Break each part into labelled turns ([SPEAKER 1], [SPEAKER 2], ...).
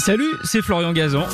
[SPEAKER 1] Salut, c'est Florian Gazan.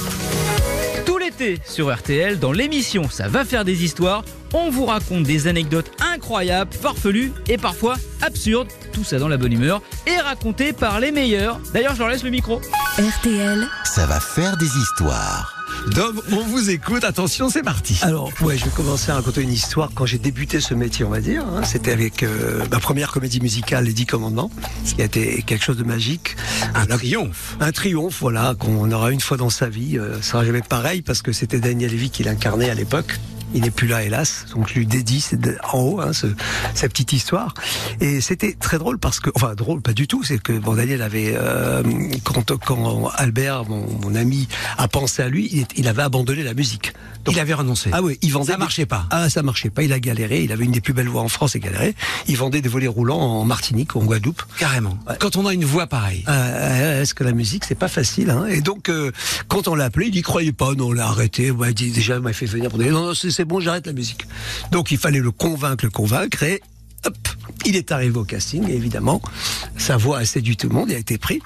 [SPEAKER 1] Tout l'été sur RTL, dans l'émission Ça va faire des histoires, on vous raconte des anecdotes incroyables, farfelues et parfois absurdes, tout ça dans la bonne humeur, et racontées par les meilleurs. D'ailleurs, je leur laisse le micro.
[SPEAKER 2] RTL,
[SPEAKER 3] Ça va faire des histoires.
[SPEAKER 4] Dom, on vous écoute. Attention, c'est parti.
[SPEAKER 5] Alors, ouais, je vais commencer à raconter une histoire quand j'ai débuté ce métier, on va dire. hein. C'était avec euh, ma première comédie musicale, Les Dix Commandements, ce qui a été quelque chose de magique.
[SPEAKER 4] Un
[SPEAKER 5] Voilà.
[SPEAKER 4] triomphe.
[SPEAKER 5] Un triomphe, voilà, qu'on aura une fois dans sa vie. Euh, ça sera jamais pareil parce que c'était Daniel Levy qui l'incarnait à l'époque. Il n'est plus là, hélas. Donc je lui dédie c'est de- en haut hein, ce- sa petite histoire. Et c'était très drôle parce que, enfin drôle, pas du tout. C'est que bon, Daniel avait, euh, quand, quand Albert, mon, mon ami, a pensé à lui, il, est- il avait abandonné la musique. Donc-
[SPEAKER 4] Il avait renoncé.
[SPEAKER 5] ah oui, il vendait.
[SPEAKER 4] Ça marchait pas.
[SPEAKER 5] Ah, ça marchait pas. Il a galéré. Il avait une des plus belles voix en France et galéré. Il vendait des volets roulants en Martinique, en Guadeloupe.
[SPEAKER 4] Carrément. Quand on a une voix pareille.
[SPEAKER 5] Euh, Est-ce que la musique, c'est pas facile hein Et donc, euh, quand on l'a appelé, il n'y croyait pas. Non, on l'a arrêté. Ouais, il dit, déjà, il m'a fait venir pour dire non, non, c'est c'est bon, j'arrête la musique. Donc, il fallait le convaincre, le convaincre. Et hop, il est arrivé au casting. Et évidemment, sa voix a séduit tout le monde. Il a été pris.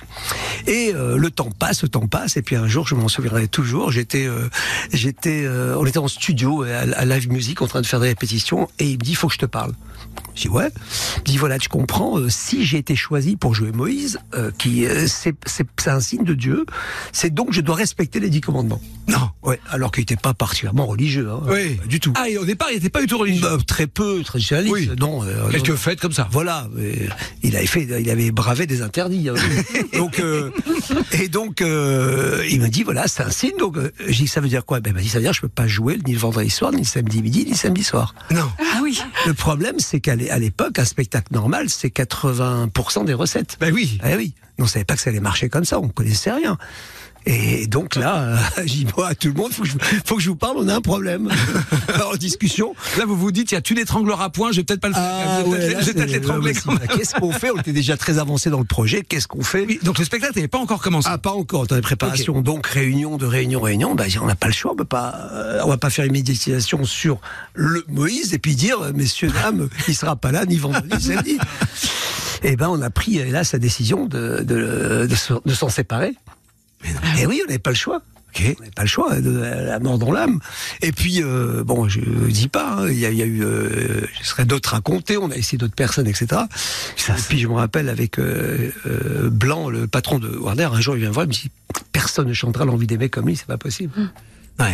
[SPEAKER 5] Et euh, le temps passe, le temps passe. Et puis un jour, je m'en souviendrai toujours. J'étais, euh, j'étais, euh, on était en studio à, à Live Music en train de faire des répétitions. Et il me dit, il faut que je te parle. Je dis ouais. Je dis voilà, tu comprends. euh, si j'ai été choisi pour jouer Moïse, euh, qui euh, c'est c'est- c'est un signe de Dieu, c'est donc je dois respecter les dix commandements.
[SPEAKER 4] Non.
[SPEAKER 5] Ouais, alors qu'il n'était pas particulièrement religieux. hein.
[SPEAKER 4] Oui.
[SPEAKER 5] Pas du tout.
[SPEAKER 4] Ah, et au départ, il n'était pas du tout religieux.
[SPEAKER 5] Bah, très peu, très réaliste.
[SPEAKER 4] Oui.
[SPEAKER 5] Non. euh,
[SPEAKER 4] Quelques
[SPEAKER 5] non.
[SPEAKER 4] fêtes comme ça.
[SPEAKER 5] Voilà, mais il avait fait, il avait bravé des interdits. hein. donc, euh, et donc, euh, il me dit voilà, c'est un signe. Donc, euh, j'ai dit ça veut dire quoi Ben, il m'a dit ça veut dire que je peux pas jouer ni le vendredi soir, ni le samedi midi, ni le samedi soir.
[SPEAKER 4] Non.
[SPEAKER 2] ah oui,
[SPEAKER 5] Le problème, c'est qu'à l'é- à l'époque, un spectacle normal, c'est 80% des recettes.
[SPEAKER 4] Ben oui.
[SPEAKER 5] Eh oui, on savait pas que ça allait marcher comme ça, on connaissait rien. Et donc là, euh, j'ai dit bon, à tout le monde, faut que, je, faut que je vous parle, on a un problème. en discussion.
[SPEAKER 4] Là, vous vous dites, tiens, tu l'étrangleras point, je vais peut-être pas le faire.
[SPEAKER 5] Ah,
[SPEAKER 4] je vais Ah, peut-être- je vais peut-être l'étrangler quand même.
[SPEAKER 5] Qu'est-ce qu'on fait On était déjà très avancé dans le projet, qu'est-ce qu'on fait
[SPEAKER 4] Oui, donc le spectacle n'avait pas encore commencé.
[SPEAKER 5] Ah, pas encore, dans les préparations. Donc, réunion de réunion, réunion, bah, on n'a pas le choix, on peut pas, euh, on va pas faire une médiatisation sur le Moïse et puis dire, euh, messieurs, dames, il sera pas là ni vendredi, ni samedi. Eh ben, on a pris, hélas, la décision de, de, de se- de s'en séparer. Et Eh oui, on n'avait pas le choix. On n'avait pas le choix, de la la mort dans l'âme. Et puis, euh, bon, je dis pas, hein, il y, a- il y a eu, euh, je serais d'autres à compter, on a essayé d'autres personnes, etc. et puis, je me rappelle avec euh, euh, Blanc, le patron de Warner, un jour, il vient me voir, il me dit, personne ne chantera l'envie d'aimer comme lui, c'est pas possible.
[SPEAKER 4] Ouais.
[SPEAKER 5] Et,
[SPEAKER 4] Ah.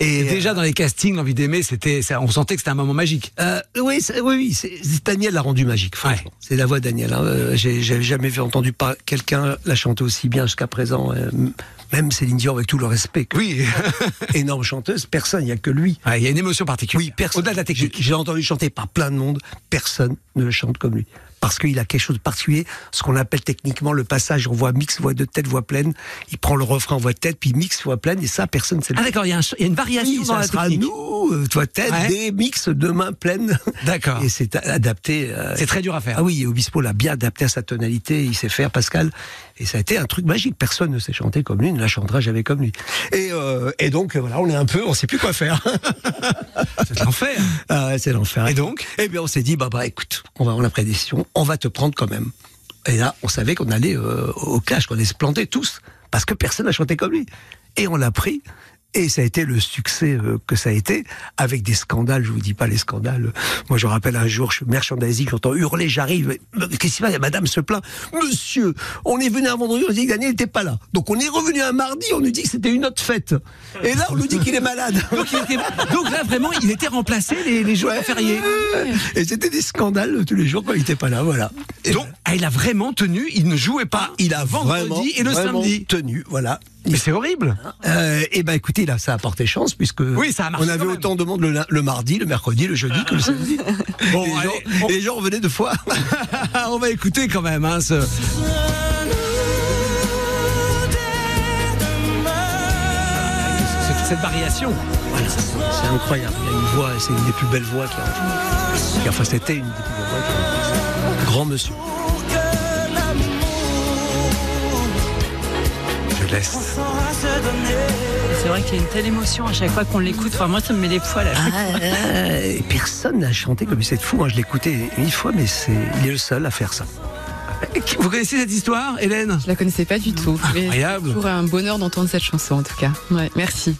[SPEAKER 4] Et
[SPEAKER 5] euh,
[SPEAKER 4] déjà dans les castings, l'envie d'aimer, c'était, ça- on sentait que c'était un moment magique.
[SPEAKER 5] Euh, oui, c'est- oui, oui, c'est- c'est- Daniel l'a rendu magique. franchement.
[SPEAKER 4] Ouais.
[SPEAKER 5] C'est la voix de Daniel. hein. Euh, J'ai j'avais jamais vu entendu par quelqu'un la chanter aussi bien jusqu'à présent. euh, m- Même Céline Dion, avec tout le respect, que-
[SPEAKER 4] Oui.
[SPEAKER 5] énorme chanteuse, personne, il n'y a que lui.
[SPEAKER 4] Ouais, Il y a une émotion particulière.
[SPEAKER 5] Oui, personne.
[SPEAKER 4] Au-delà de la technique.
[SPEAKER 5] J'ai j'ai entendu chanter par plein de monde, personne ne le chante comme lui. Parce qu'il a quelque chose de particulier, ce qu'on appelle techniquement le passage en voix mixte, voix de tête, voix pleine. Il prend le refrain en voix de tête, puis mixte, voix pleine, et ça, personne ne sait le
[SPEAKER 4] Ah d'accord, il y, a un ch- il y a une
[SPEAKER 5] oui,
[SPEAKER 4] variation dans
[SPEAKER 5] ça
[SPEAKER 4] la
[SPEAKER 5] sera
[SPEAKER 4] technique.
[SPEAKER 5] nous, euh, toi tête,
[SPEAKER 4] Ouais.
[SPEAKER 5] des mix de mains pleines.
[SPEAKER 4] D'accord.
[SPEAKER 5] Et c'est a- adapté. euh,
[SPEAKER 4] C'est très dur à faire.
[SPEAKER 5] Ah oui, Obispo l'a bien adapté à sa tonalité, il sait faire Pascal, et ça a été un truc magique. Personne ne sait chanter comme lui, ne la chantera jamais comme lui. Et, euh, et donc euh, voilà, on est un peu, on sait plus quoi faire.
[SPEAKER 4] C'est l'enfer.
[SPEAKER 5] Ah ouais, c'est l'enfer.
[SPEAKER 4] Et donc
[SPEAKER 5] Eh bien, on s'est dit, bah, bah, écoute, on va on a pris la décision, on va te prendre quand même. Et là, on savait qu'on allait euh, au clash, qu'on allait se planter tous, parce que personne n'a chanté comme lui. Et on l'a pris, et ça a été le succès euh, que ça a été, avec des scandales, je vous dis pas les scandales. Moi, je me rappelle un jour, je suis merchandising, j'entends hurler, j'arrive, mais qu'est-ce qui se passe Madame se plaint, monsieur, on est venu un vendredi, on nous dit que Daniel n'était pas là. Donc on est revenu un mardi, on nous dit que c'était une autre fête. Et là, on nous dit qu'il est malade.
[SPEAKER 4] donc, il était- donc là vraiment, il était remplacé les, les jours
[SPEAKER 5] Ouais.
[SPEAKER 4] fériés.
[SPEAKER 5] Et c'était des scandales tous les jours quand il était pas là, voilà. Et
[SPEAKER 4] Donc ah, il a vraiment tenu, il ne jouait pas. Il a vendredi
[SPEAKER 5] vraiment,
[SPEAKER 4] et le
[SPEAKER 5] vraiment
[SPEAKER 4] samedi.
[SPEAKER 5] tenu, voilà.
[SPEAKER 4] Mais c'est horrible.
[SPEAKER 5] Euh, et ben écoutez, là, ça a porté chance puisque
[SPEAKER 4] Oui, ça a marché
[SPEAKER 5] on avait
[SPEAKER 4] quand même.
[SPEAKER 5] autant de monde le, lin- le mardi, le mercredi, le jeudi que le samedi.
[SPEAKER 4] Bon,
[SPEAKER 5] et, les
[SPEAKER 4] allez,
[SPEAKER 5] gens,
[SPEAKER 4] on-
[SPEAKER 5] et les gens venaient deux fois.
[SPEAKER 4] Ah, on va écouter quand même hein, ce. ce- Cette variation.
[SPEAKER 5] Voilà, c'est incroyable. Il y a une voix, c'est une des plus belles voix. qu'il y a. Enfin, c'était une des plus belles voix. qu'il y a. Grand monsieur. Je laisse.
[SPEAKER 6] C'est vrai qu'il y a une telle émotion à chaque fois qu'on l'écoute. Enfin, moi, ça me met les poils. à chaque fois.
[SPEAKER 5] Euh, Et personne n'a chanté comme lui. c'est fou. hein. Je l'écoutais une fois, mais c'est il est le seul à faire ça.
[SPEAKER 4] Vous connaissez cette histoire, Hélène
[SPEAKER 2] Je la connaissais pas du tout. mais
[SPEAKER 4] Incroyable.
[SPEAKER 2] C'est toujours un bonheur d'entendre cette chanson en tout cas. Ouais, merci.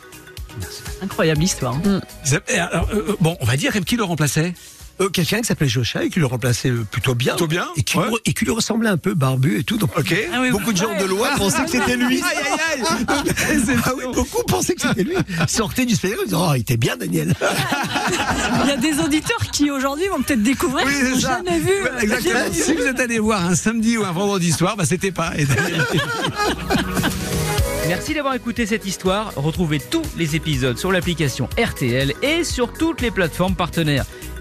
[SPEAKER 6] Incroyable histoire. hein.
[SPEAKER 4] Eh, alors, euh, Bon, on va dire qui le remplaçait
[SPEAKER 5] Euh, Quelqu'un qui s'appelait Joshua et qui le remplaçait euh, plutôt bien.
[SPEAKER 4] Plutôt bien,
[SPEAKER 5] Et qui,
[SPEAKER 4] ouais.
[SPEAKER 5] et qui lui ressemblait un peu, barbu et tout. Donc,
[SPEAKER 4] Ok.
[SPEAKER 6] Ah oui,
[SPEAKER 5] Beaucoup de gens de loi pensaient que c'était lui.
[SPEAKER 6] ah,
[SPEAKER 5] Ah oui, beaucoup pensaient que c'était lui. Sortez du spectacle en disant Oh, il était bien, Daniel.
[SPEAKER 6] Il y a des auditeurs qui aujourd'hui vont peut-être découvrir
[SPEAKER 4] Ah. Oui,
[SPEAKER 6] qu'ils
[SPEAKER 4] c'est
[SPEAKER 6] n'ont
[SPEAKER 4] ça.
[SPEAKER 6] jamais vu.
[SPEAKER 4] Ouais, Exactement. si vous êtes allé voir un samedi ou un vendredi soir, bah c'était pas. Et-
[SPEAKER 1] Merci d'avoir écouté cette histoire. Retrouvez tous les épisodes sur l'application RTL et sur toutes les plateformes partenaires.